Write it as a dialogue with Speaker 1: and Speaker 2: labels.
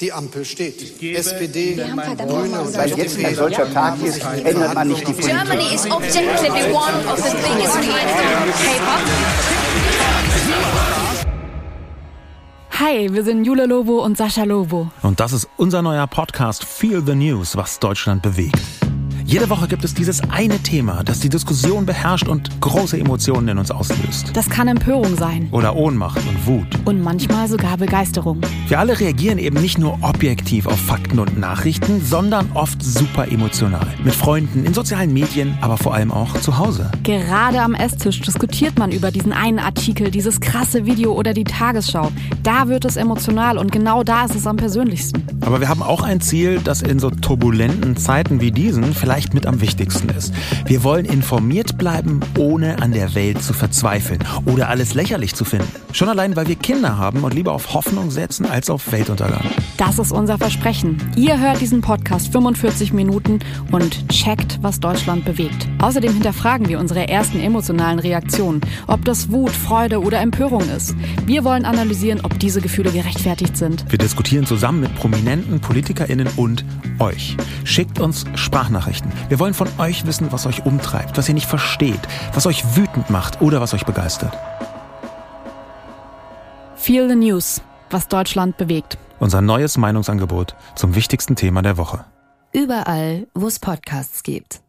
Speaker 1: Die Ampel steht.
Speaker 2: gebe
Speaker 1: SPD,
Speaker 2: Ihnen mein
Speaker 1: Grüne
Speaker 2: Wort.
Speaker 1: und
Speaker 3: Weil jetzt ein solcher Tag ist, ändert man nicht die Politik.
Speaker 4: Germany is objectively one of the biggest clients of K-pop.
Speaker 5: Hi, wir sind Jule Lobo und Sascha Lobo.
Speaker 6: Und das ist unser neuer Podcast Feel the News, was Deutschland bewegt. Jede Woche gibt es dieses eine Thema, das die Diskussion beherrscht und große Emotionen in uns auslöst.
Speaker 5: Das kann Empörung sein
Speaker 6: Oder Ohnmacht und Wut.
Speaker 5: und manchmal sogar Begeisterung.
Speaker 6: Wir alle reagieren eben nicht nur objektiv auf Fakten und Nachrichten, sondern oft super emotional. Mit Freunden, in sozialen Medien, aber vor allem auch zu Hause.
Speaker 5: Gerade am Esstisch diskutiert man über diesen einen Artikel, dieses krasse Video oder die Tagesschau. Da wird es emotional und genau da ist es am persönlichsten.
Speaker 6: Aber wir haben auch ein Ziel, das in so turbulenten Zeiten wie diesen vielleicht mit am wichtigsten ist. Wir wollen informiert bleiben, ohne an der Welt zu verzweifeln oder alles lächerlich zu finden. Schon allein, weil wir Kinder haben und lieber auf Hoffnung setzen als auf Weltuntergang.
Speaker 5: Das ist unser Versprechen. Ihr hört diesen Podcast 45 Minuten und checkt, was Deutschland bewegt. Außerdem hinterfragen wir unsere ersten emotionalen Reaktionen, ob das Wut, Freude oder Empörung ist. Wir wollen analysieren, ob diese Gefühle gerechtfertigt sind.
Speaker 6: Wir diskutieren zusammen mit prominenten PolitikerInnen und euch. Schickt uns Sprachnachrichten. Wir wollen von euch wissen, was euch umtreibt, was ihr nicht versteht, was euch wütend macht oder was euch begeistert.
Speaker 5: Feel the News, was Deutschland bewegt.
Speaker 6: Unser neues Meinungsangebot zum wichtigsten Thema der Woche.
Speaker 7: Überall, wo es Podcasts gibt.